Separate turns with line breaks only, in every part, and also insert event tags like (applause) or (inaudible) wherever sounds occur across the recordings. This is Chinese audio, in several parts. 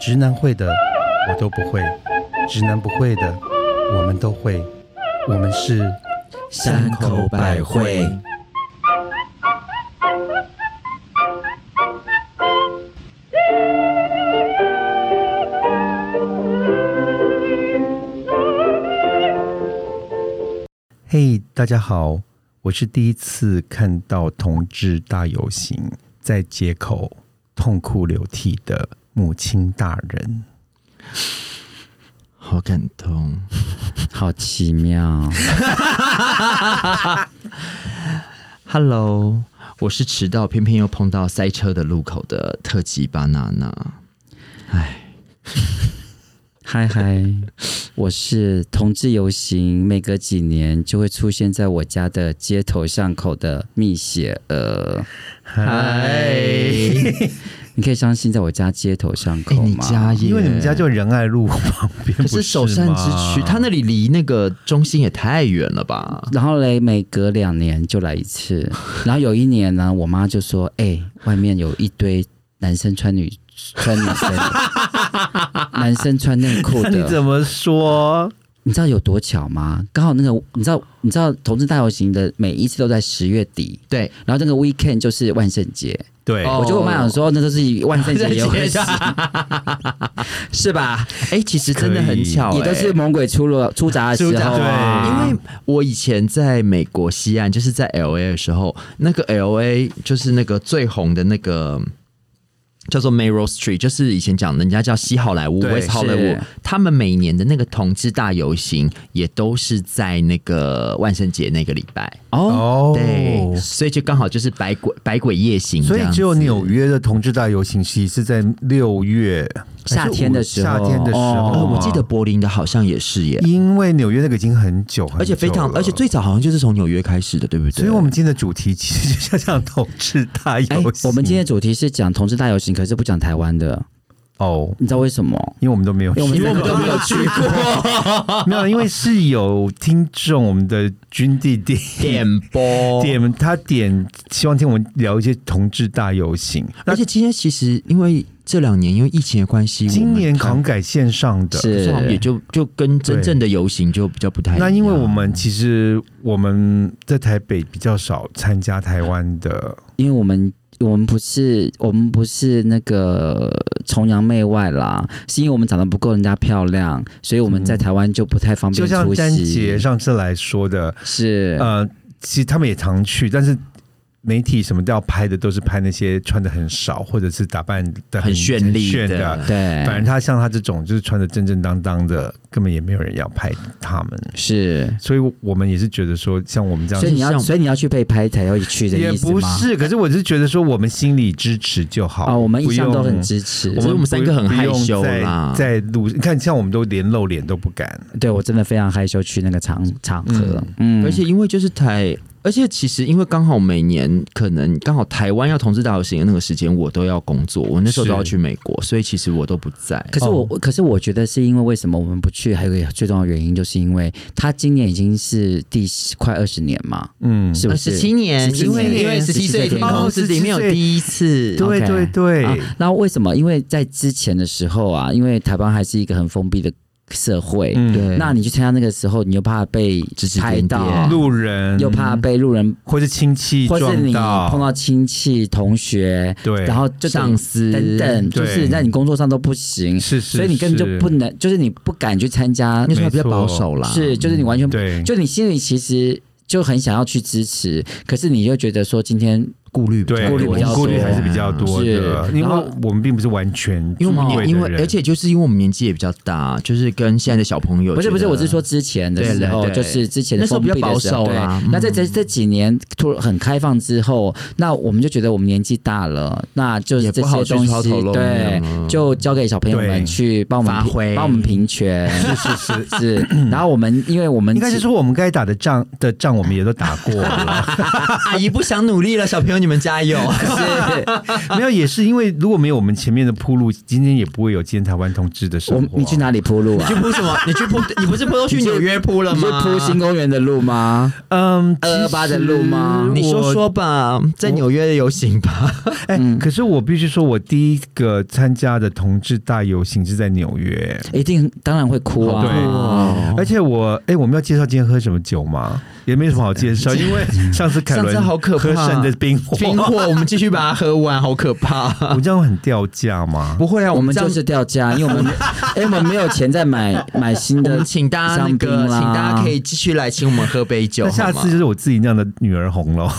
直男会的我都不会，直男不会的我们都会，我们是
山口百惠。
嘿大家好，我是第一次看到同志大游行在街口痛哭流涕的母亲大人。
好感
(laughs)
动，
好奇妙，
Hello，我是迟到偏偏又碰到塞车的路口的特级巴娜娜。哎，
嗨嗨，我是同志游行，每隔几年就会出现在我家的街头巷口的蜜雪儿。
嗨，
你可以相信在我家街头巷
哎、
口
你
吗？
家耶
因为你们家就仁爱路旁边，
可
不
是首
吗
善之区，它那里离那个中心也太远了吧？
然后嘞，每隔两年就来一次。然后有一年呢，我妈就说：“哎、外面有一堆男生穿女穿女生的，男生穿内裤
那 (laughs)
的。”
你怎么说？
你知道有多巧吗？刚好那个，你知道，你知道同志大游行的每一次都在十月底，
对，
然后那个 weekend 就是万圣节。
对，
哦
我觉得我妈想说，那就是万圣节也有
在街上
(laughs) 是吧？
哎、其实真的
可
很
以
巧、
也都
哎
是猛鬼出了出闸的时候啊。
对
因为我以前在美国西岸，就是在 L A 的时候，那个 L A 就是那个最红的那个叫做 Merrill Street，就是以前讲的人家叫西好莱坞
对
West Hollywood，
是
他们每年的那个同志大游行也都是在那个万圣节那个礼拜。
哦，
哦，
对，所以就刚好就是百鬼百鬼夜行这
所
样子，
以只有纽约的同志大游行期是在六月
夏天的时候
夏天的时候、
哦，我记得，柏林的好像也是耶，
因为纽约那个已经很久，很久
而且非常，
了
而且最早好像就是从纽约开始的，对不对？
所以我们今天的主题其实就是讲同志大游
哎、
行。
我们今天的主题是讲同志大游行，可是不讲台湾的，
哦，
你知道为什么？
因为我们都没有去，
(laughs) 因为我们
都没有去
(laughs)
过。
没有，因为是有听众，我们的军弟
(laughs)
弟
点
哦
(laughs)
播，
点他点，希望听我们聊一些同志大游行。那
而且今天其实因为这两年因为疫情的关系，
今年
我们
狂改线上的，
看
是
好像也就就跟真正的游行就比较不太一样。
那因为我们其实我们在台北比较少参加台湾的，
因为我们我们不是我们不是那个崇洋媚外啦，是因为我们长得不够人家漂亮，所以我们在台湾就不太方
就
便
像
出
丹
席
姐。上次来说的，
是，
呃，其实他们也常去，但是媒体什么都要拍的，都是拍那些穿的很少，或者是打扮的
很绚丽
炫
的
的。
对，
反正他像他这种就是穿的正正当当的，根本也没有人要拍他们，
是，
所以我们也是觉得说，像我们这样
所
子
以你要
像
所以你要去被拍才要去的
也
意思
不
吗？
是，可是我是觉得说，我们心里支持就好
啊、我们一
不
向都很
用嗯
支持
我。
所
们
以我们三个很害羞啦
啦，在路你看，像我们都连露脸都不敢，
对我真的非常害羞去那个场场合，嗯，
而且因为就是台。而且其实，因为刚好每年可能刚好台湾要同志大游行的那个时间，我都要工作，我那时候
是
都要去美国，所以其实我都不在。
可是
哦
我，可是我觉得是因为为什么我们不去？还有一个最重要的原因，就是因为他今年已经是第十快二十年嘛，
嗯，
是不是？
十七年，
17
因为
年
因为十七岁天空是里面有第一次，
对
OK
对对，
啊，那为什么？因为在之前的时候啊，因为台湾还是一个很封闭的社会，
嗯
对
那你去参加那个时候，你又怕被
指指
拍
点
到
点，
路人
又怕被路人，
或是亲戚
或
撞
是你
到，
碰到亲戚、同学，
对，
然后就
上司
等等，
对
就是在你工作上都不行，
是是，
所以你根本
是
就不能，就是你不敢去参加
那，时候还比较
没错
保守啦，
是就是你完全，
对，
就你心里其实就很想要去支持，可是你又觉得说今天
顾虑比较
对
多
顾虑
我
比较
们顾虑还是比较多
是
的，因
然后
为我们并不是完全
因为我
对
们
的
因为
人
而且就是因为我们年纪也比较大，就是跟现在的小朋友
不是不是，
觉得 (laughs)
我是说之前的时候，
对对对
就是之前
那时候
封闭
比较保
的时候
守啦
对
嗯
那在这这几年突然很开放之后，那我们就觉得我们年纪大了，那就是
也
这
不好
些
去
东
抛
西
头露面
对
了，
就交给小朋友们
对
去帮我们
发
评
挥
帮我们
(laughs)
评选，是是是是。然后我们因为我们
应该是说我们该打的仗的仗我们也都打过了，
(laughs)
阿姨不想努力了，小朋友你你们加 (laughs) 油！
没有，也是因为如果没有我们前面的铺路，今天也不会有今天台湾同志的生
我
活啊、
你去哪里铺路啊
你？去铺什么？你去铺？你不是不都去纽约铺了
你去
吗？
铺新公园的路吗？
嗯，
228
其实
的路吗
你说
我
说吧，在纽约的游行吧。
哎、
嗯
可是我必须说，我第一个参加的同志大游行是在纽约，
一定当然会哭
好
啊！
对
哦
而且我哎、我们要介绍今天喝什么酒吗？也没什么好介绍，因为上次凯伦
上次好可怕
喝剩的冰火，
(laughs)
(laughs)
冰火，我们继续把它喝完，好可怕！
我这样很掉价吗？
不会啊，
我们
这样
就是掉价，因为我们
(laughs)
因为我们没有钱再买买新
我
的
们请大家那
香槟
个，
啦
请大家可以继续来请我们喝杯酒，
那下
好
次
吗
就是我自己酿的女儿红了。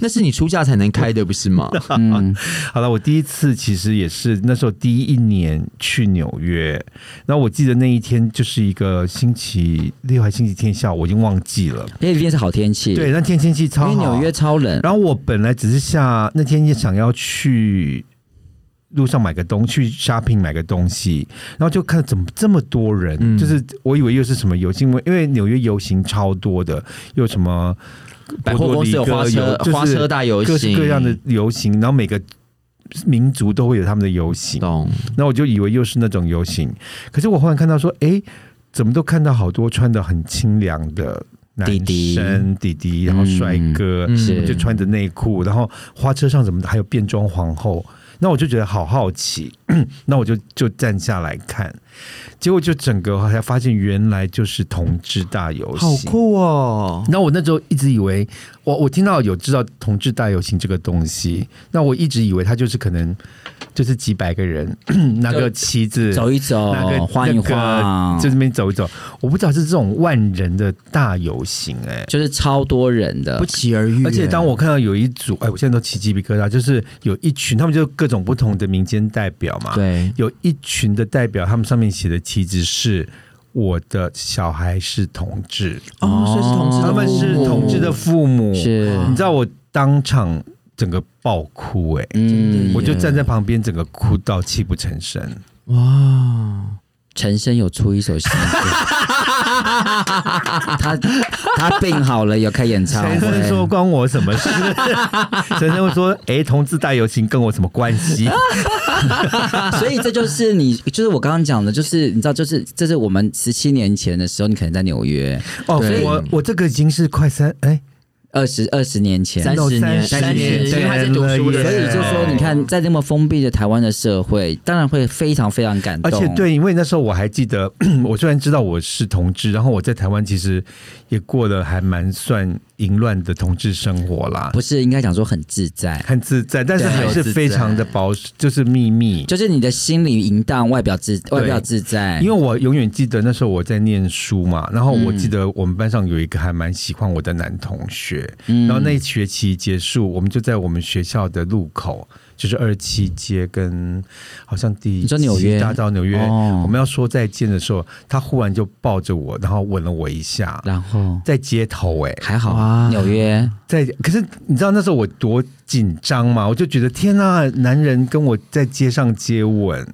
那是你出嫁才能开的，不是吗？
嗯，
(laughs) 好了，我第一次其实也是那时候第一年去纽约，然后我记得那一天就是一个星期六还星期天下午，我已经忘记了。
因为一定是好天气，
对，，那天天气超
因
好。
为纽约超冷，
然后我本来只是下那天也想要去路上买个东去 shopping 买个东西，然后就看怎么这么多人，
嗯
就是我以为又是什么游行，因为因为纽约游行超多的，又什么
(laughs) 百货公司有花车
就是
花车大游
各式
行，
各样的游行，然后每个民族都会有他们的游行，
懂。
那我就以为又是那种游行，可是我忽然看到说，诶，怎么都看到好多穿的很清凉的。男
弟弟
生弟弟，然后帅哥，
嗯
是
就穿着内裤，然后花车上怎么还有变装皇后？那我就觉得好好奇， (clears throat) 那我就就站下来看，结果就整个还发现原来就是同志大游
好
行。
酷哦！
那我那时候一直以为，我我听到有知道同志大游行这个东西，那我一直以为它就是可能就是几百个人 (clears throat) 拿个旗子
走一走
拿
哦
个，
晃一晃
那个，就这边走一走，我不知道是这种万人的大游行哎、
就是超多人的
不，期而遇，哎
而且当我看到有一组，哎，我现在都起鸡皮疙瘩，就是有一群，他们就各种不同的民间代表嘛，，
对
有一群的代表，他们上面写的旗帜是我的小孩是同志，
哦，所以是同
他们是同志
志的父母，
的父母，
是
你知道我当场整个爆哭、哎、
嗯，
我就站在旁边，整个哭到泣不成声。
哇，
陈升有出一
(laughs)
首新歌，他他病好了有开演唱
陈生说
会，
关我什么事？陈生说，哎、同志大游行跟我什么关系？
啊所以这就是你，就是我刚刚讲的，就是你知道，就是这是我们十七年前的时候，你可能在纽约，
哦，
对
我我这个已经是快三哎。
二十二十年前，
三
到
十年，
三
十
年，
年
所以还在读书的
对
时
所
候，
以就说，你看，在这么封闭的台湾的社会，当然会非常非常感
而
动。
且，对，因为那时候我还记得， (clears throat) 我虽然知道我是同志，然后我在台湾其实也过得还蛮算淫乱的同志生活啦，
不是应该讲说很自在，
很自在，但是
对
还是非常的保守，就是秘密。
就是你的心里淫荡，外表自外表自在。
因为
为
我永远记得那时候我在念书
嗯
嘛，然后我记得我们班上有一个还蛮喜欢我的男同学，
嗯
然后那一学期结束，我们就在我们学校的路口，就是二七街跟好像第
你说纽约
七大道纽约，
哦
我们要说再见的时候，他忽然就抱着我，然后吻了我一下，
然后
在街头哎、
还好，
哇
纽约
在可是你知道那时候我多紧张吗？我就觉得天呐、男人跟我在街上接吻。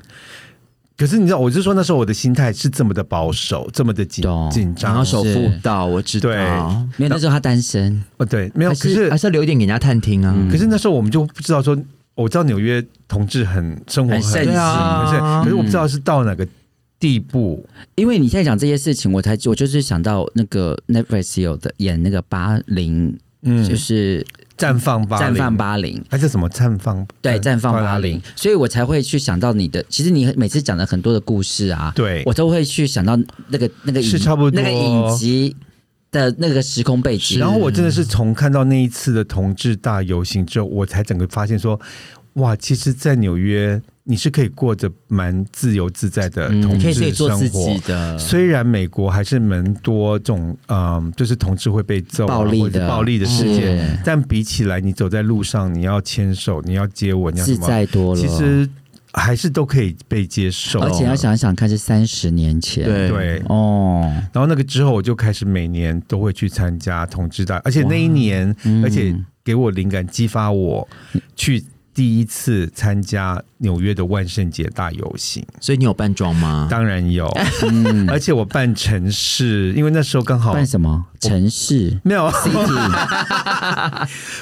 可是你知道，我就说那时候我的心态是这么的保守，这么的紧
懂
紧
然
张
后。手
是
妇道，我知
对
道，
没有那时候他单身，
哦，对，没有。
还
可
是
是嗯
还是要留一点给人家探听啊。
可是那时候我们就不知道说，我知道纽约同志很生活很
很盛
对啊
很盛可是我不知道是到哪个地步。
因为你在讲这些事情，我才我就是想到那个 Netflix 有的演那个八零，
嗯，
就是
绽放吧，
战犯八零。
还是什么绽放？呃
对，绽放八
黎
零，，所以我才会去想到你的。其实你每次讲的很多的故事啊，
对
我都会去想到那个那个影
是差不多
那个影集的那个时空背景。
然后我真的是从看到那一次的同志大游行之后，我才整个发现说，哇，其实，在纽约你是可以过着蛮自由自在的
嗯
同
你可以自己
志
做
生
自己
活。
的，
虽然美国还是蛮多这种，嗯，就是同志会被揍、啊、
暴力的嗯
或者是暴力的事件
是，
但比起来，你走在路上，你要牵手，你要接吻，你要
自
什么，
在多了，
其实还是都可以被接受。啊
而且要想想看，是三十年前，
对
对，
哦，
然后那个之后，我就开始每年都会去参加同志大，而且那一年，
嗯
而且给我灵感，激发我去第一次参加纽约的万圣节大游行，
所以你有扮装
啊
吗？
当然有，而且我办城市，因为那时候刚好
嗯办什么城市
没有，啊 (laughs)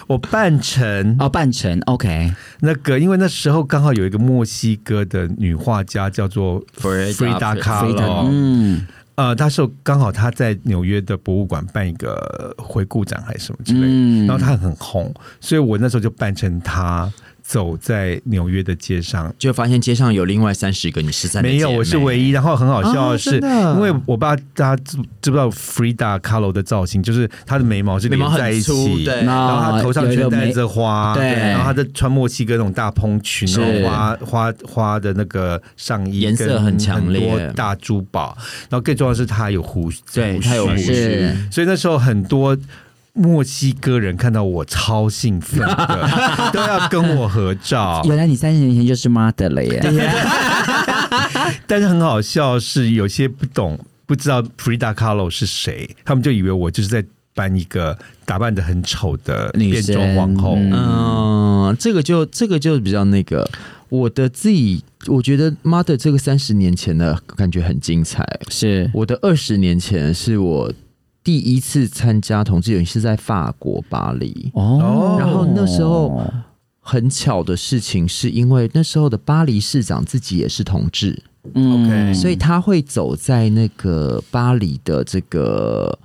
我扮成
哦，扮成 OK，
那个，因为那时候刚好有一个墨西哥的女画家叫做
Frida-
Frida
Frida-
Kahlo，
嗯
呃，那时候刚好她在纽约的博物馆办一个回顾展还是什么之类的，
嗯
然后她很红，所以我那时候就扮成她走在纽约的街上。
就发现街上有另外三十个你失散的
没有，
姐妹
我是唯一。然后很好笑
啊
的是，
真的
因为我不知道大家知知不知道 Frida Kahlo 的造型，就是她的眉毛是
眉
连
毛很
在一
粗
起，
对
然后她头上
哦有一
全
个
戴
没
着花，
对
然后她在穿墨西哥那种大蓬裙，
是
然后花花花的那个上衣，
颜色
跟
很强烈
很多大珠宝，然后更重要的是她有胡子，
对她有胡
须
是
所以那时候很多。墨西哥人看到我超兴奋的，都要跟我合照。
原来你三十年前就是 mother 了耶！
但是很好笑的是，有些不懂不知道 Frida Kahlo 是谁，他们就以为我就是在扮一个打扮的很丑的
女
变
生
装皇后。
嗯
嗯，这个就这个就比较那个，我的自己，我觉得妈的，这个三十年前的感觉很精彩。
(laughs) 是
我的二十年前是我第一次参加同志游行，是在法国巴黎。
哦
然后那时候很巧的事情，是因为那时候的巴黎市长自己也是同志，
嗯
OK
所以他会走在那个巴黎的这个。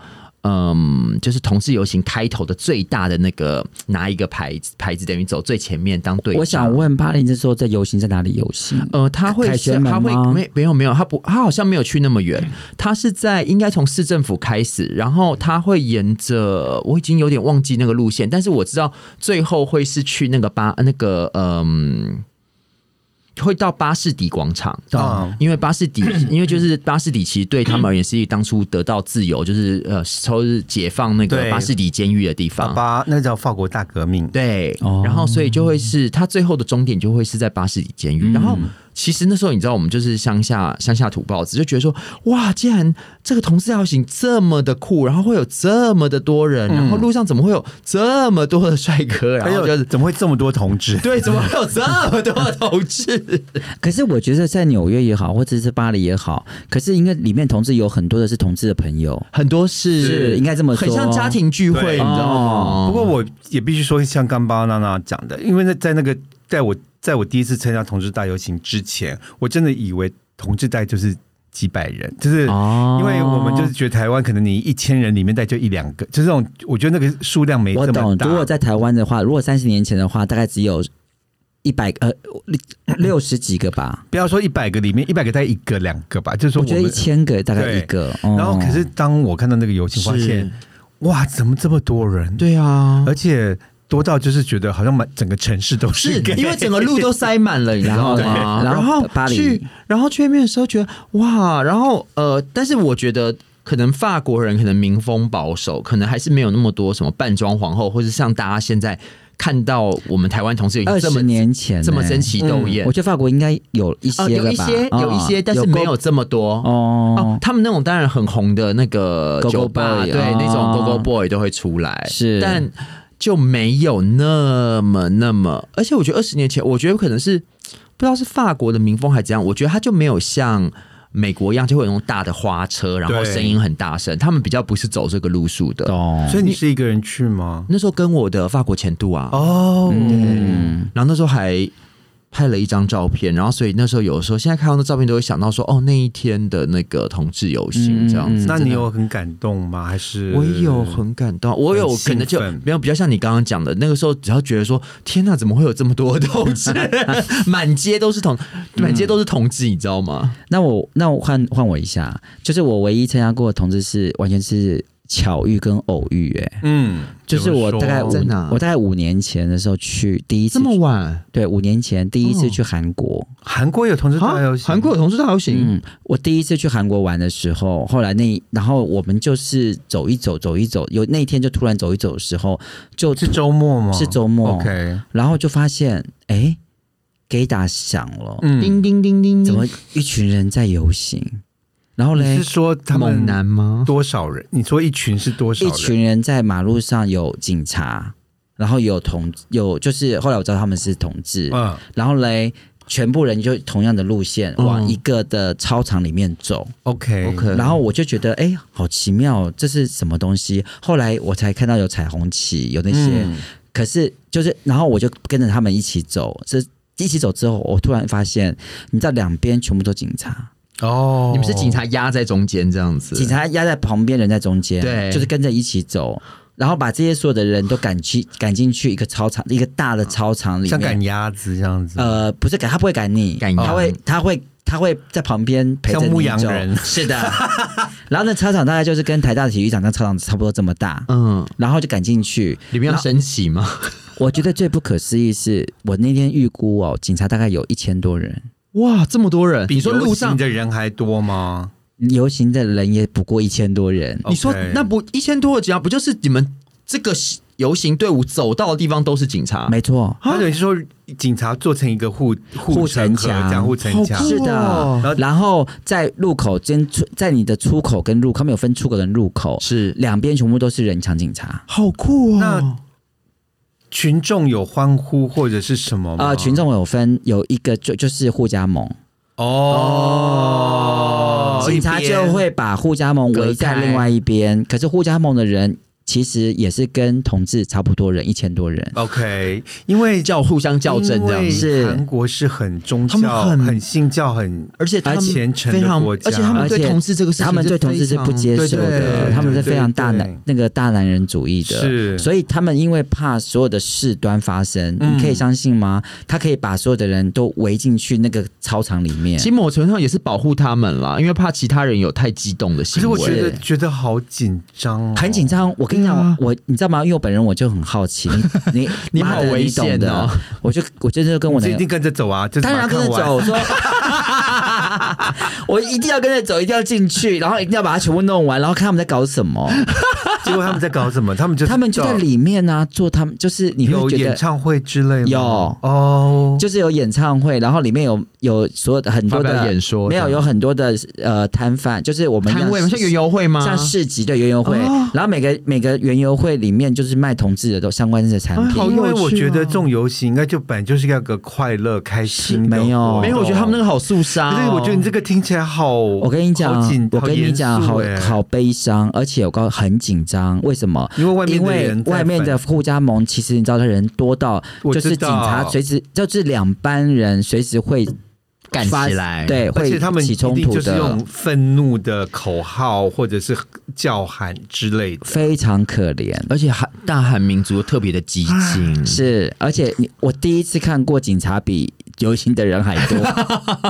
嗯，就是同志游行开头的最大的那个拿一个牌子牌子，等于走最前面当队长。
我想问巴黎这时候在游行在哪里游行？
呃，他会
凯
是
旋门
他会
吗
没没有没有，他不他好像没有去那么远，他是在应该从市政府开始，然后他会沿着我已经有点忘记那个路线，但是我知道最后会是去那个巴那个嗯。会到巴士底广场，
哦
懂
因为巴士底，因为就是巴士底，其实对他们而言是当初得到自由，就是呃，抽是解放那个
对
巴士底监狱的地
爸
啊
方。
爸，那个叫法国大革命。
对，
哦
然后所以就会是他最后的终点就会是在巴士底监
嗯
狱。然后其实那时候你知道，我们就是乡下乡下土包子，就觉得说哇，既然这个同事要行这么的酷，然后会有这么的多
嗯
人，然后路上怎么会有这么多的帅哥？啊
还
然后就
有，
是
哎怎么会这么多同志？
对，怎么会有这么多的同
(laughs)
志？
可是我觉得在纽约也好，或者是巴黎也好，可是应该里面同志有很多的是同志的朋友，
很多是
是应该这么说哦
很像家庭聚会，你
对
知道吗？
哦不过我也必须说，像刚巴娜娜讲的，因为那在那个在我在我第一次参加同志大游行之前，我真的以为同志带就是几百人，就是
哦
因为我们就是觉得台湾可能你一千人里面带就一两个，就是这种我觉得那个数量没
我
这
懂
么。大。
如果在台湾的话，如果三十年前的话，大概只有一百呃六十几个吧，
不要说一百个里面一百个带一个两个吧，就是说我
我觉得一
们。
千个大概一个。
然后
哦
可是当我看到那个游行，发现
是，
哇，怎么这么多人？，
对啊，
而且多到就是觉得好像满整个城市都
是
是 gay，
因为整个路都塞满了，你知道吗？
然后对然后巴黎
去，然后去那边的时候觉得哇，然后呃，但是我觉得。可能法国人可能民风保守，可能还是没有那么多什么扮装皇后，或是像大家现在看到我们台湾同事有
二
这
十
么
年前
这么
欸
争奇斗艳
我，觉得法国应该有一些
呃有
了
一
吧，
些
哦
有一些，
嗯
但是没
够
有这么多哦
哦。，
他们那种当然很红的那个
Go-Go
酒吧，
boy，
对
哦
那种 Go Go Boy 都会出来，
是
但就没有那么那么，而且我觉得二十年前，我觉得可能是不知道是法国的民风还是怎样，我觉得它就没有像。美国一样就会有那种大的花车，然后
对
声音很大声。他们比较不是走这个路数的。
懂。
(laughs) 所以你是一个人去吗？
那时候跟我的法国前度啊，
哦，
嗯，
然后那时候还拍了一张照片，然后所以那时候有时候现在看到那照片都会想到说，哦，那一天的那个同志游行
嗯
这样子。
那
真
你
的
有很感动吗？还是
我有很感动，我有
很
可
兴
能就
奋
没有比较像你刚刚讲的那个时候，只要觉得说天呐，怎么会有这么多同志，满街都是同，满街都是同志，你知道吗？
那我那我换换我一下，就是我唯一参加过的同志是完全是巧遇跟偶遇、欸，
嗯，
就是我大概
怎么说啊
五
在哪
我大概五年前的时候去第一
这
次
么晚
对五年前第一次
哦
去韩国，
韩国有同志大游
啊，
行，
韩国有同志大游行，
嗯，我第一次去韩国玩的时候，后来那然后我们就是走一走走一走，有那一天就突然走一走的时候，就是
周末吗？
是周末
哦 OK，
然后就发现哎给打响了，
嗯，
叮叮叮叮
怎
叮，
么一群人在游行？然后
你
嘞
是，说他
猛
们
男吗？
多少人？你说一群是多少
一
人？
群人在马路上有警察，然后有同有就是后来我知道他们是同志，
嗯
然后嘞，全部人就同样的路线
嗯
往一个的操场里面走，
，OK
OK 嗯
然后我就觉得哎、好奇妙，这是什么东西？后来我才看到有彩虹旗，有那些，
嗯
可是就是，然后我就跟着他们一起走，这。一起走之后，我突然发现，你知道两边全部都警察，
哦，
你们是警察压在中间这样子，
警察压在旁边，人在中间，
对
就是跟着一起走，然后把这些所有的人都赶去赶进去一个操场，一个大的操场里面，
像赶鸭子这样子，
呃，不是赶，他不会赶你，
赶
他
羊
会他会他会在旁边陪
哦
着
像
你
牧羊
走
人 (laughs)
是的。然后那操场大概就是跟台大体育场那操场差不多这么大，
嗯，
然后就赶进去。
里面要升旗吗？
我觉得最不可思议是我那天预估哦，警察大概有一千多人，
哇，这么多人！
比
你说
游
路
行
上，
的人还多吗？
游行的人也不过一千多人。
OK
你说那不一千多个警察，不就是你们这个游行队伍走到的地方都是警察？
没错，
他等于是说警察做成一个护护
啊护城
城河，
墙
讲护城墙
好酷
是
哦
的。然后在路口间出，在你的出口跟入口，他们有分出口跟入口，
是，
两边全部都是人墙警察。
好酷哦
那！群众有欢呼或者是什么吗？
啊、群众有分有一个就就是互加盟，
哦，
警察
一边
就会把护家盟围在另外一边，可是护家盟的人其实也是跟同志差不多人，一千多人。
OK，因为
叫互相校正这样
因为
子，
是
韩国是很宗
他
教、
们很
很信教、很
而且他们
虔诚的
非常
国，家
而且他们对
而且
同志这个事情，
他们对同志是不接受
对对
的，
对
他们是非常大
对对
男那个大男人主义的，
是
所以他们因为怕所有的事端发生，
嗯
你可以相信吗？他可以把所有的人都围进去那个操场里面
其，实某程度上也是保护他们啦，因为怕其他人有太激动
可
的行
是
为。
我觉得觉得好紧张、哦，
很紧。张。我跟你讲，
对啊
我你知道吗？因为我本人我就很好奇，你你
你
妈
好
的
危
懂
险
的
哦，
我就我这就跟我
我
男
一
友
定跟着走啊，就是
当然要
把它
跟着
看完
走，我。说。我一定要跟着走，一定要进去，然后一定要把它全部弄完，然后看他们在搞什么。
(laughs) 结果他们在搞什么？他们就
他们就在
到
里面啊，做他们就是你
有
会觉
演
得
唱会之类吗？
有
哦，
就是有演唱会，然后里面有有所有的很多
发表
的
演说
没有
这
有
样
很多的呃摊贩，就是我们
摊位
像
吗？像园游会吗？
像市集的园游会，
哦
然后每个每个园游会里面就是卖同志的都相关的产
哎
品。
好有
因为
趣
我觉得
哦
这种游戏应该就本来就是要个快乐、开心的
没有
活动
没有，我觉得他们那个好肃杀、
可是我觉得你这个听起来好，
我
我
跟你讲
好紧，
我跟你讲，好
好严肃欸
好悲伤，而且我告很紧张。为什么？
哎因为外面
因
的
为
人在
外面的互加盟，其实你知道，的人多到
我
就是
知
警
道
察随时就是两班人随时会
干起
发
来
对，
而且
会
他们
起
一
冲
定
突
就是
的
用，愤怒的口号或者是叫喊之类的。
非常可怜。
而且韩大韩民族特别的激进，
是，而且你我第一次看过警察比游行的人还多，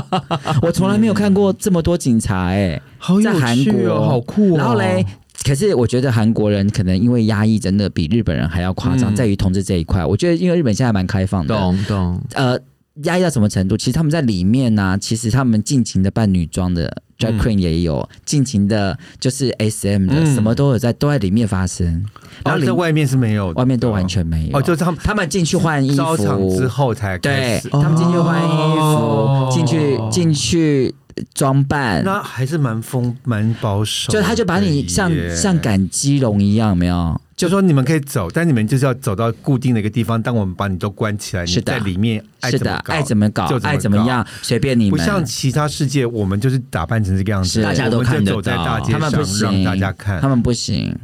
(laughs)
我从来没有看过这么多警察哎、
好
在韩国
好
嗯
酷哦。
然后嘞，，可是我觉得韩国人可能因为压抑真的比日本人还要夸张，
嗯
在于同志这一块，我觉得因为日本现在蛮开放的，
懂懂，
呃，压抑到什么程度？其实他们在里面呢、其实他们尽情的扮女装的 drag queen 也有，尽情的就是 SM 的，
嗯
什么都有在都在里面发生，然
然
后
后
里、
在外面是没有的，
外面都完全没有，
哦，就是他们
他们进去换衣
招场之
服。
后才开
对
始。
他们进去换衣
哦
服，进去进去装扮，
那还是蛮封蛮保守的
就
耶，
他就把你像像赶鸡笼一样，有没有？
就说你们可以走，但你们就是要走到固定的一个地方。当我们把你都关起来，你
是的
在里面爱
是
怎
的
么，搞
爱怎么搞
就，怎么
爱怎么
搞
样，随便你
不
们。
像其他世界，我们就是打扮成这个样子，
是大家
都
我们就
看得
走在
到
大街
他们不
上让
行，
大家看
他。们不行。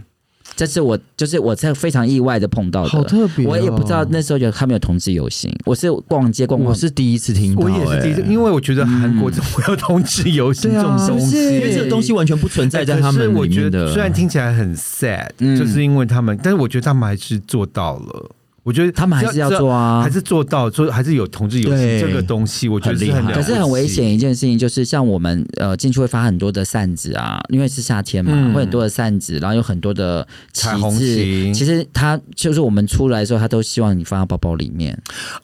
这是我，就是我在非常意外的碰到的，
好特别哦
我也不知道那时候有他们有同志游行，我是逛街逛逛，
我是第一次听到、
我
欸，
也是第一次，
哎
嗯因为我觉得韩国怎么会有同志游行
对
这
啊
种东西？
嗯是不是
因为这个东西完全不存在在他
可是
们
我
里
觉
面
得
的。
虽然听起来很 sad，、
嗯
就是因为他们，但是我觉得他们还是做到了。我觉得
他们还是要
只
做啊
还是做到，说还是有同志游行
对
这个东西，我觉得
很
是
厉害
很了不
可
起
是很危。险一件事情，就是像我们呃进去会发很多的扇子啊，因为是夏天嘛，
嗯
会很多的扇子，然后有很多的旗
彩虹旗
帜。其实他就是我们出来的时候，他都希望你放到包包里面，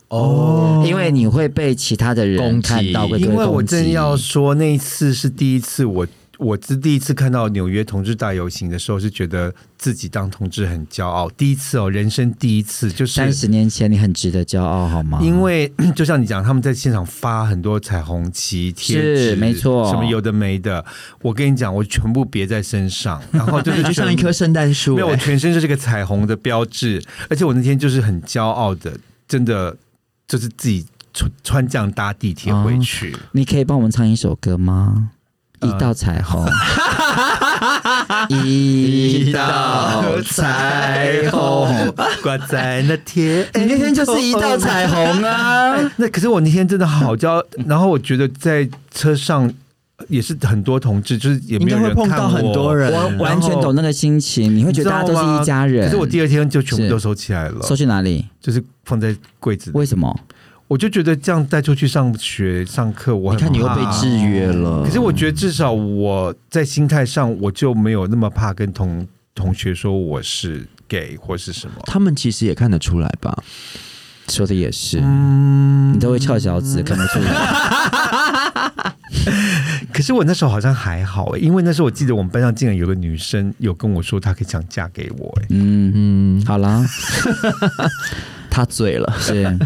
哦，
因为你会被其他的
攻
人
击
看到，会被
因为我
攻击
正要说那一次是第一次我。我自第一次看到纽约同志大游行的时候，是觉得自己当同志很骄傲，第一次哦，人生第一次就是
三十年前你很值得骄傲，好吗？
因为 (clears throat) 就像你讲，他们在现场发很多彩虹旗贴纸，
是没错
什么有的没的。我跟你讲，我全部别在身上，然后
(laughs)
就
那
是
你就像
全
一棵圣诞树、
没有，我
哎
全身就是个彩虹的标志，而且我那天就是很骄傲的，真的就是自己穿穿这样搭地铁回去。
你可以帮我们唱一首歌吗？
呃
一道彩 (laughs) 虹，一
哦
道彩虹，，
挂在那天。
哎你那天就是一道
(laughs)
彩虹啊！
那可是我那天真的好骄傲，然后我觉得在车上也是很多同志，就是也
应
没有
该会
人
碰
看
到很多人，
我
我
完全懂那个心情，你会
你
觉
知
得大
道
家都是
吗
一家人。
可是我第二天就全部
是
都收起来了，
收去哪里？
就是放在柜子里。
为什么？
我就觉得这样带出去上学上课，我
你
很
看你又被
怕
制约了。
可是我觉得至少我在心态上，我就没有那么怕跟同同学说我是 gay 或是什么。
他们其实也看得出来吧？
说的也是，
嗯
你都会翘小指，看不出 (laughs) 来。
可是我那时候好像还好、欸，因为那时候我记得我们班上竟然有个女生有跟我说她可以想嫁给我、欸，
嗯，
嗯，
好啦，
他醉了，
是，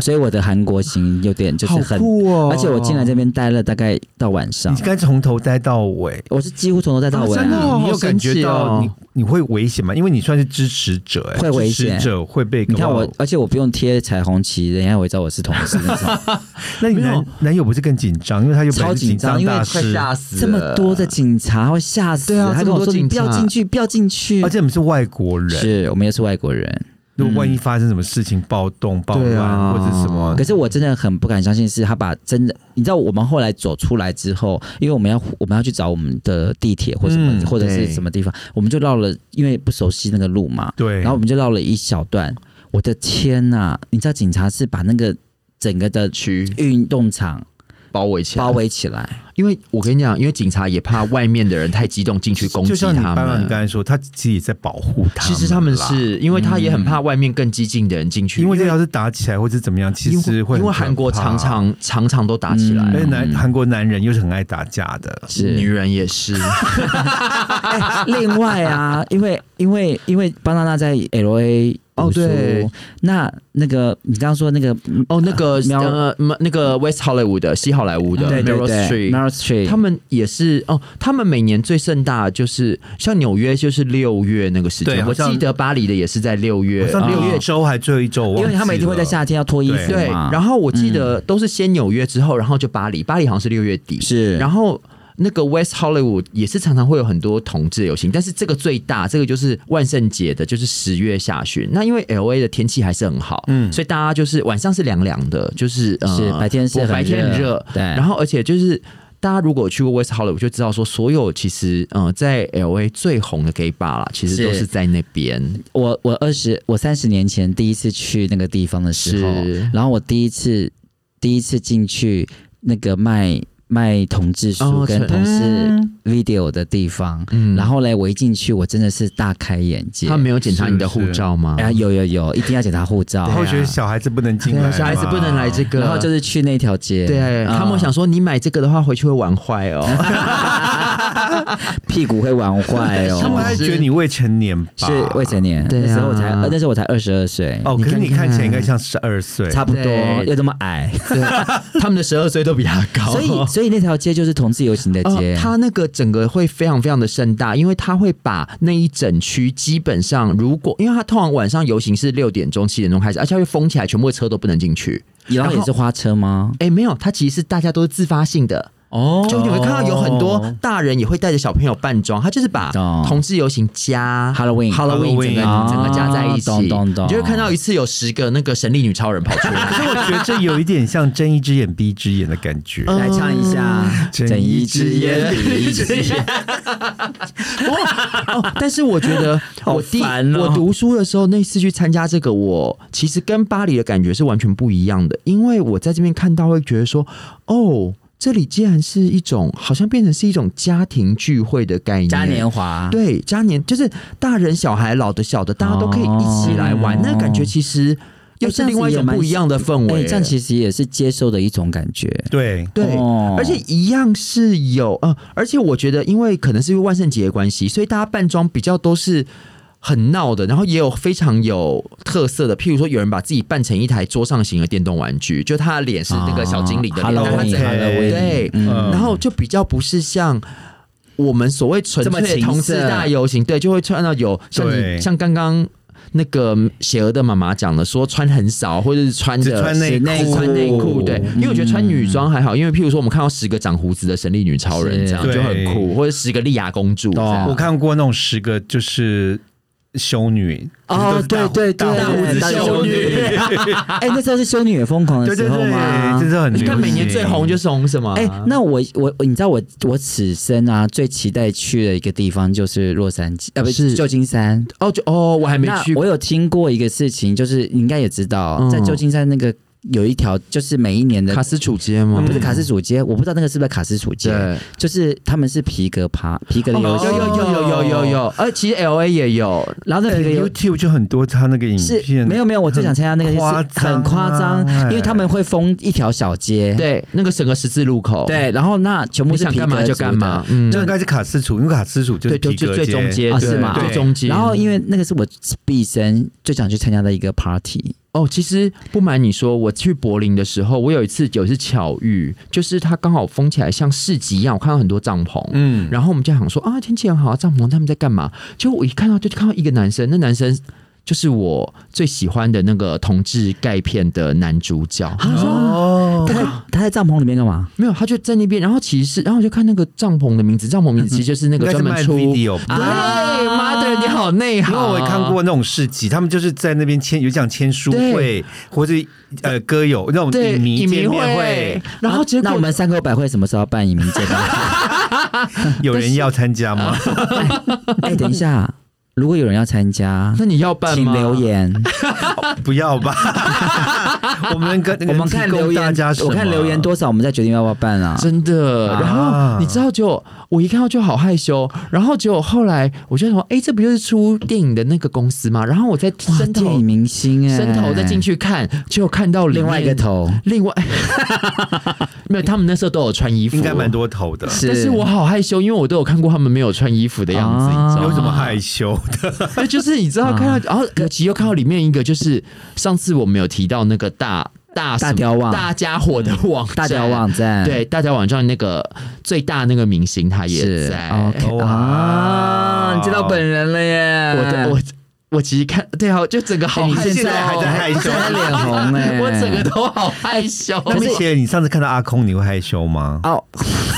所以我的韩国行有点就是
好
很，
酷哦！
而且我进来这边待了大概到晚上
你，该从头待到尾。
我是几乎从头待到尾
啊真的
啊。
哦
你有
好神
感觉
奇
到
哦
你你会危险吗？因为你算是支持者、欸，
会危
支
险
持者会被
你看我
哦
搞不好，
而且我不用贴彩虹旗，人家也会知道我是同事
(laughs)
那种。
那你
没
男
有
男友不是更紧张，因为他又本来
超
是
紧张
张大
因
师，
死
这么多的警察会吓死，
对啊
他
这
跟
么
我
多
说你
警
不要
察哦
进去，不要进去
而。且我们是外国人，
是我们又是外国人，
如果万一发生什么事情，暴动、暴
对
乱、
啊
或者什么
可，是我真的很不敢相信，是他把真的，你知道，我们后来走出来之后，因为我们要我们要去找我们的地铁或什么、
嗯
或者是
对
什么地方，我们就绕了，因为不熟悉那个路嘛，
对，
然后我们就绕了一小段。我的天呐、你知道警察是把那个整个的
区
运动场
包围起来，
包围起来，
因为我跟你讲，因为警察也怕外面的人太激动进去攻
就
击
像你
他
刚刚你刚
们。
才说，他其实也在保护他
其
们。
实他们，是因为他也很怕外面更激进的人进去，
因为这要是打起来或者怎么样，嗯其
因
实
为
会
因
很可
为
怕
韩国常，常常常都打起来
而且
嗯，
男韩国男人又是很爱打架的。
是
女人也是，
嗯 (laughs) 哎另外啊，因为因为因为巴娜娜在 L A
哦对，
那那个你刚刚说那个
哦，那个
喵嗯
呃，嗯那个 West Hollywood 的西好莱坞的
对对
Meryl
对
Streep，
Meryl Streep，
他们也是哦，他们每年最盛大的就是像纽约就是六月那个时
对
间，
好
我
像
记得巴黎的也是在六
好
月，
像
啊
六月周还最后一周，我忘
因为他们一定会在
记了
夏天要脱衣服
对，
嘛，嗯
然后我记得都是先纽约之后，然后就巴黎，巴黎好像是六月底，
是，
然后。那个 West Hollywood 也是常常会有很多同志游行，但是这个最大，这个就是万圣节的，就是十月下旬。那因为 L A 的天气还是很好，
嗯
嗯，所以大家就是晚上是凉凉的，就是呃
是嗯白天是很
白天很
热
热，
对
然后而且就是大家如果去过 West Hollywood 就知道说，所有其实嗯、呃在 L A 最红的 gay bar 啦，其实都
是
是在那边，
我我二十我三十年前第一次去那个地方的时候
是，
然后我第一次第一次进去那个卖卖同志书
哦
跟
是
同事 video 的地方，
嗯
然后嘞我一进去我真的是大开眼界，
他没有检查你的
是是
护照吗？哎
啊有有有一定要检查护照
他，会觉得小孩子不能进来，
啊小孩子不能来这。个，
哎然后就是去那条街，
啊对、啊
嗯
他们想说，你买这个的话，回去会玩坏
(laughs)
哦。
屁股会玩坏
他们还
哦，
觉得你未成年吧？
是未成年，
对啊
那时候我才呃那时候我才二十二岁，
哦，可是你
看
看起来应该像十二岁，
差不多
对哦
又这么矮，
(laughs) 他们的十二岁都比他高，
所以所以那条街就是同志游行的街
呃，，它那个整个会非常非常的盛大，因为它会把那一整区基本上，如果因为它通常晚上游行是六点钟、七点钟开始，而且它会封起来，全部的车都不能进去。
然后也
然后
是花车吗？
哎，没有，它其实是大家都是自发性的。
哦
就你会看到有很多大人也会带着小朋友扮装，他就是把
懂
同志游行加
哦 Halloween
Halloween 整个、
Halloween 哦
整个加在一起，
懂懂懂
你就会看到一次有十个那个神力女超人跑出来。
我觉得这有一点像睁一只眼闭一只眼的感觉。
嗯
来唱一下
睁
睁
一
一
只
只眼
眼
(laughs)
闭一只眼，
哦，但是我觉得
好
我第、
烦哦
我读书的时候那次去参加这个，我其实跟巴黎的感觉是完全不一样的，因为我在这边看到会觉得说，哦，这里竟然是一种好像变成是一种家庭聚会的概念，
嘉年华，
对，嘉年就是大人、小孩、老的、小的，大家都可以一起来玩，
哦
那个感觉其实。又是另外一种不一样的氛围、
哎，这样其实也是接受的一种感觉。
对，
对，
哦
而且一样是有，呃，而且我觉得，因为可能是因为万圣节的关系，所以大家扮装比较都是很闹的，然后也有非常有特色的，譬如说有人把自己扮成一台桌上型的电动玩具，就他的脸是那个小精灵的脸，
哈
但他
喽，
整
个
哈喽，
对
啊嗯
然后就比较不是像。我们所谓纯
这么
粹
情
的同志
色
大游行，对，就会穿到有像
对
你像刚刚那个雪儿的妈妈讲的，说穿很少，或者是穿
只
的
穿内
只
裤
穿内裤，对，因为我觉得穿女装还好，因为譬如说我们看到十个长胡子的神力女超人
嗯是
这样
对
就很酷，或者十个莉亚公主这样，
我看过那种十个就是修女
哦
就是都是
对对
大大
对
胡子
大
修
修
女，
女 (laughs) 哎，那时候是修女也疯狂的
对对
时候
对，
吗？
真的很流
你
行。
看每年最红就是红什么？
哎、那我我你知道我我此生啊最期待去的一个地方就是洛杉矶，呃，不
是
是旧金山。
哦就哦，我还没
那
去过
我有听过一个事情，就是你应该也知道，
嗯
在旧金山那个有一条，就是每一年的
卡斯楚街吗？
不是卡斯楚街，我不知道那个是不是卡斯楚街，
对，哦
就是他们是皮革爬皮革的游戏，
有有有有有有
哦
有，呃，其实 L A 也有，
然后那
呃
皮革游
YouTube 就很多他那
嗯
个影
是
片，
没有没有，我最想参加那个
很
是
夸张
很夸张
啊，
因为他们会封一条小街，
对，那个整个十字路口，，
对，然后那全部
你
是
想
皮革
干嘛就
组的
干嘛，嗯，
就应该是卡斯楚，因为卡斯楚就是
对，就
皮
就
革
最中间
啊是吗
最
对
中间。
然后因为那个是我毕生最想去参加的一个 party，
哦，其实不瞒你说，我去柏林的时候，我有一次有一次巧遇，就是它刚好封起来像市集一样，我看到很多帐篷。
嗯，
然后我们就想说啊，天气很好啊，帐篷他们在干嘛？结果我一看到就看到一个男生，那男生就是我最喜欢的那个同志钙片的男主角。
他说
哦
他，在他在帐篷里面干嘛？
没有，他就在那边，然后其实是，然后我就看那个帐篷的名字，帐篷名字其实就是那
应
个
该
专
是
门
卖
出。
video
对，
吧。
妈的，你好内
因
行。
为我也看过那种市集，他们就是在那边签，有讲签书会，或者呃歌友那种
对
影迷
影迷
见面
会
会，，啊
然后结果
啊那我们三口百会什么时候要办移民见面？
有人要参加吗？
哎，等一下，如果有人要参加，
那你要办
请
吗？
留言，
(laughs) 不要
(laughs)
吧，我们跟
啊我们看留言
大家什，么，
我看留言多少，我们再决定要不要办啊。
真的。
啊
然后你知道就，我一看到就好害羞。然后结果后来我就想说，哎、这不就是出电影的那个公司吗？然后我在
哇，
伸
电
头
影明星哎，
伸头再进去看，就看到里面
另外一个。头，
另外， (laughs) 没有，他们那时候都有穿衣服，
应该蛮。多头的，
但是我好害羞，因为我都有看过他们没有穿衣服的样子，
啊
你知道
有
吗？
什么害羞
哦
的？
对，就是你知道看到，然后尤其又看到里面一个，就是上次我们有提到那个大大什么
大雕网
大家伙的网站
大家网站，
对大家网站那个最大那个明星他也
是哦
在。
OK (laughs)
哇
啊，你见到本人了耶！
我的我我其实看对啊，就整个好
哎你
害羞哦，
现
在还在害羞
(laughs)
现在脸红哎
我整个都好害羞。
那米切尔，你上次看到阿空，你会害羞吗
哦，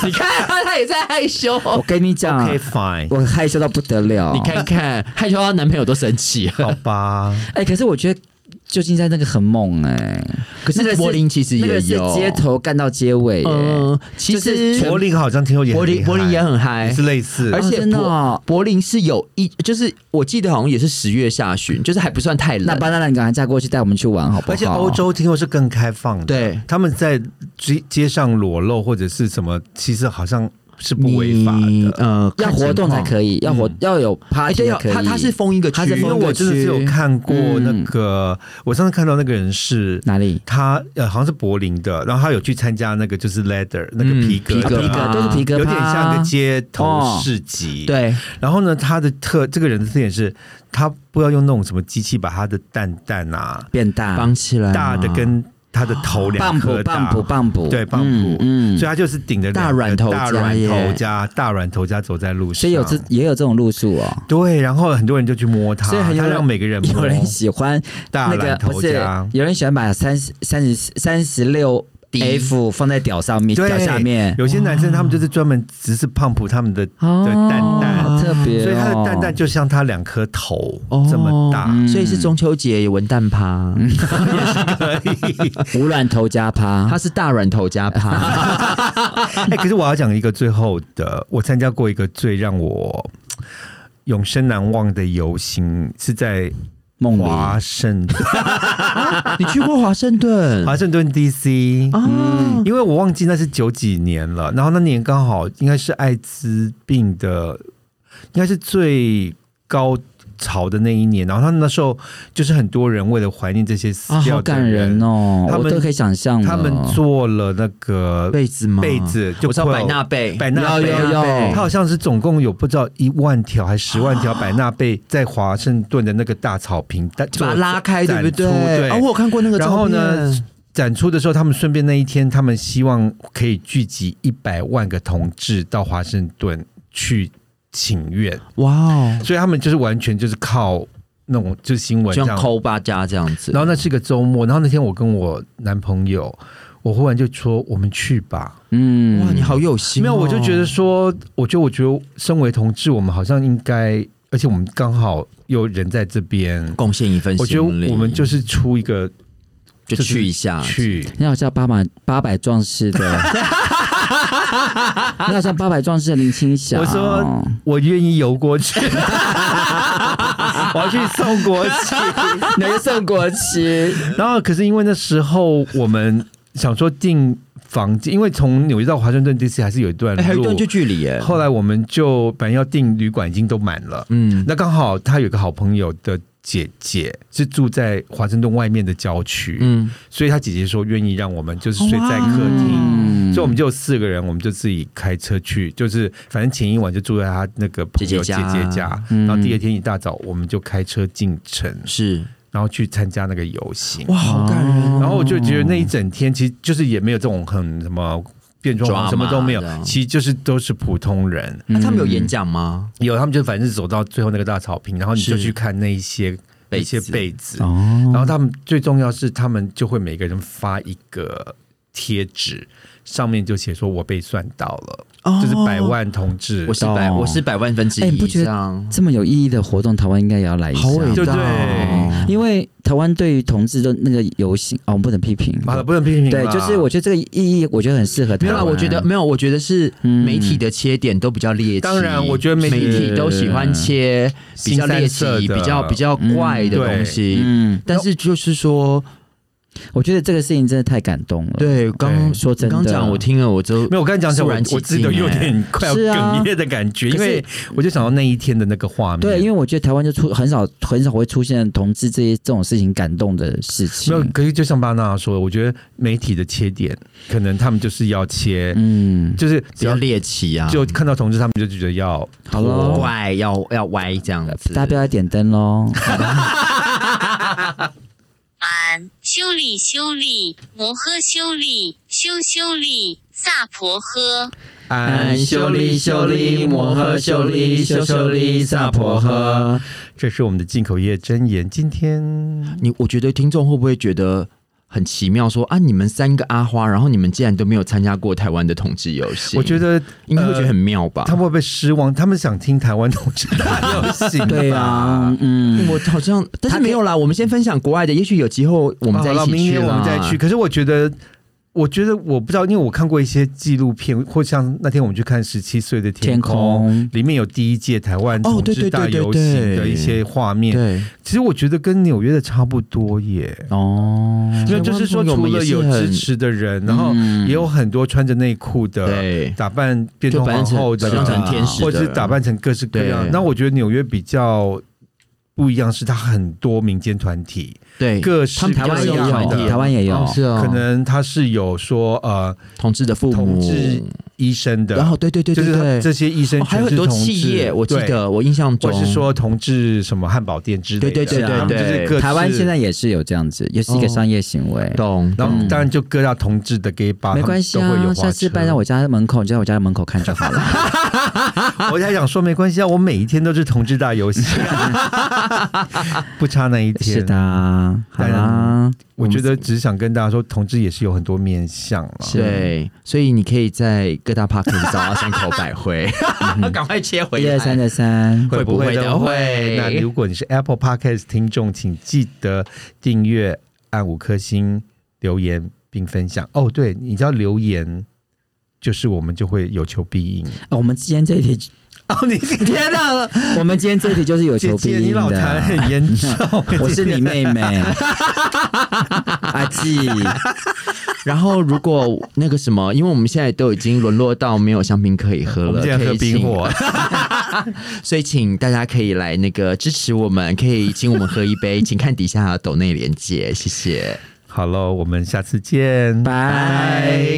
你看他也在害羞，
我跟你讲，啊
？OK fine，
我害羞到不得了。
你看看害羞，她男朋友都生气了。
好吧，
哎、可是我觉得旧金山那个很猛哎、
可
那个
是
是
柏林其实
那
也
个是
有
街，头干到街尾、耶
嗯，其
就是
实
柏林好像听说也很
柏林
厉害
柏林也很嗨
也是类似，
而且
哦真的哦
柏林是有一，就是我记得好像也是十月下旬，就是还不算太
那
冷。
巴娜娜，你赶快嫁过去带我们去玩好不好？
而且欧洲听说是更开放的，
对
他们在街街上裸露或者是什么，其实好像是不违法
你
的。
呃，
要
看情
活动才
况
可以，要活、要有
哎
party
对
才
要
可以。
他他是封一个区，
它是
因为
封
我真的是有看过那
嗯
个，我上次看到那个人是
哪里？
他，呃，好像是柏林的，然后他有去参加那个就是 leather 那个
嗯
皮革
皮
的
革
皮
啊
啊
趴，都是皮革
有
趴，
点像一个街头
哦
市集。，
对
然后呢，他的特这个人的特点是，他不要用那种什么机器把他的蛋蛋啊
变大，
绑起
哎
来嘛
大的跟他的头两
棒
颗
补
大
棒补棒补，
对棒补
嗯
所以他就是顶着两个
大软头
大
家
软
耶
头加大软头加走在路上，
所以有这也有这种路数哦。
对，然后很多人就去摸它，
所以很有
他
人
让每个人摸
有人喜欢
大
那
蓝
个
头
不是
家，
有人喜欢把三十三十三十六 F 放在屌上面，
对
屌下面
有些男生他们就是专门只是胖普他们的的蛋蛋，
好特别、哦，
所以他的蛋蛋就像他两颗头
哦
这么大，
嗯
所以是中秋节也文蛋趴，
无卵头加趴，
他是大软头加趴，
哎、可是我要讲一个最后的，我参加过一个最让我永生难忘的游行，是在
(laughs) 梦
华
里
盛
(laughs)
顿
你去过华盛顿
华盛顿 D.C.
啊？
因为我忘记那是九几年了，然后那年刚好应该是艾滋病的，应该是最高潮的那一年，然后他们那时候就是很多人为了怀念这些死
(laughs) 啊，
掉
好
的
感人哦，
他
我
们
都可以想象了
他们做了那个
被子吗？
被子就
我知道
quilt
百纳被，
百纳
有
被
有有
嗯
他好像是总共有不知道一万条还十万条百纳贝在华盛顿的那个大草坪，但
把它拉开，对
展
不
出
对？
对，
啊，我有看过那个
然
照
后
片。
呢展出的时候，他们顺便那一天，他们希望可以聚集一百万个同志到华盛顿去请愿，
哇哦，
所以他们就是完全就是靠那种就是新闻这
就像
样
抠巴家这样子。
然后那是个周末，然后那天我跟我男朋友，我忽然就说我们去吧。
嗯
哇，你好有心、哦！
没有，我就觉得说，我觉得我觉得身为同志，我们好像应该，而且我们刚好又人在这边，
贡献一份
我觉
心
得
力，
我们就是出一个
就
就是
去一下，
去。
你好像八百八百壮士的，
(laughs)
你好像八百壮士的林青霞。哦
我说我愿意游过
(laughs)
去，我要去送过去。
你要去送国旗，
然后可是因为那时候我们想说订房间，因为从纽约到华盛顿 D.C. 还是有一段
哎、还有一
路
段，就距离耶。
(laughs) 后来我们就本来要订旅馆已经都满了，
嗯，
那刚好他有个好朋友的姐姐是住在华盛顿外面的郊区，
嗯，
所以他姐姐说愿意让我们就是睡在客厅。
嗯
所以我们就有四个人，我们就自己开车去，就是反正前一晚就住在他那个朋友姐
姐姐家
姐家，
嗯
然后第二天一大早我们就开车进城，
是
然后去参加那个游行。
哇，好感人、哦。
然后我就觉得那一整天其实就是也没有这种很什么变装
抓马
皇什么都没有
这，样
其实就是都是普通人。
那、他们有演讲吗？
有他们就反正是走到最后那个大草坪，然后你就是去看那一些
被
一些
子
被子，
哦，
然后他们最重要是他们就会每个人发一个贴纸，上面就写说我被算到了，
哦
就是百万同志
我。是百，
懂
我是百万分之
哎
一
你不觉
这
得
样。
这么有意义的活动，台湾应该也要来一下
好。伟
对
大、哦
对！
因为台湾对于同志的那个游行，哦，我们不能批评。
好了，不能批评啦。
对，就是我觉得这个意义，我觉得很适合
没
台
有啦，
湾。嗯
我觉得没有，我觉得是媒体的切点都比较猎奇。
嗯当然我觉得媒体
媒体都喜欢切比较猎
新
奇
三色、的
比较比较怪的东西。
嗯，
但是就是说，
我觉得这个事情真的太感动了。，
嗯
对，刚
说真的
刚讲我听了，我都
没有，我刚才讲起来，
肃
我
然起
我自己都
敬
有
欸
点快要
是啊
哽咽的感觉，
可
因
是
为我就想到那一天的那个画面。
对，因为我觉得台湾就出很少很少会出现同志这些这种事情感动的事情
没。有，可是就像巴娜说的，我觉得媒体的切点，可能他们就是要切，
嗯，
就是
比
只
较
要
猎奇啊，
就看到同志，他们就觉得要
好喽，
怪要要歪这样子。
大家不要再点灯喽。，
俺修利修利摩诃修利修修利萨婆诃。
安
哎修利修利摩诃修利修修利萨婆诃。
这是我们的进口业真言，今天
你我觉得听众会不会觉得很奇妙说？啊，你们三个阿花，然后你们竟然都没有参加过台湾的统治游戏，
我觉得
应该会觉得很
呃
妙吧？
他们会不会失望？他们想听台湾同志大游行
(laughs)
对啊，嗯，
我好像，但是没有啦。我们先分享国外的，也许有机会我
我
们再一起去啦。
明年我们再去。可是我觉得。我觉得我不知道，因为我看过一些纪录片，或像那天我们去看《十七岁的
天
空》
空，
里面有第一届台湾同
哦对对
志大
对对
游
对
行的一些画面。
对，
其实我觉得跟纽约的差不多耶。
哦，
因为就是说，
台湾
除
朋友
了
嗯们也是
有
很
支持的人，然后
嗯
也有很多穿着内裤的，
对，
打扮变
就
成
扮
皇
成
后的，
扮成天使的
或者是打扮成各式各样
对。
那我觉得纽约比较不一样，是它很多民间团体，
对，
各式
他们台湾
各
也有
样
团体，
的
台湾也有
哦是哦，
可能它是有说呃
同志的父母
同志，医生的，
然后对对对
就
对
是
对，
这些医生
哦还有
全
很
是
多
同志
企业，我记
对
得我印象
或
中
是说同志什么汉堡店之类的，
对对对对
他们就是哦各自
台湾现在，也是有这样子，也是一个商业行为。
懂
然后
嗯
当然就各大同志的 gay bar，
没关系
他们都会
啊，
有
下次搬到我家门口，你就在我家门口看就好了。
(laughs) 花车，我还想说没关系啊，我每一天都是同志大游 (laughs) 戏，不差那一天。
是的，，好
嗯当
啦
然，我觉得只是想跟大家说，同志也是有很多面向啊嘛。
对，所以你可以在各大 park 找到山口百惠， (laughs) 赶快切回
一二三
来。
的三，
会不会
会不
都
会
会？那如果你是 Apple Podcast 听众，请记得订阅、按五颗星、留言并分享。哦，对，你知道留言就是我们就会有求必应。
哦我们今天这一题，
(laughs) 哦，你今天啊，
我们今天这一题就是有
姐
求必
(laughs) 姐，你
应
老痰
的。
很 (laughs) 严重。
我是你妹妹，阿纪。
然后如果那个什么，因为我们现在都已经沦落到没有香槟可以
我
喝了，
们现在
可
喝
以
冰 (laughs)
请
火，啊
所以请大家可以来那个支持我们，可以请我们喝一杯，请看底下抖内连接，谢谢，
好喽，我们下次见，
拜。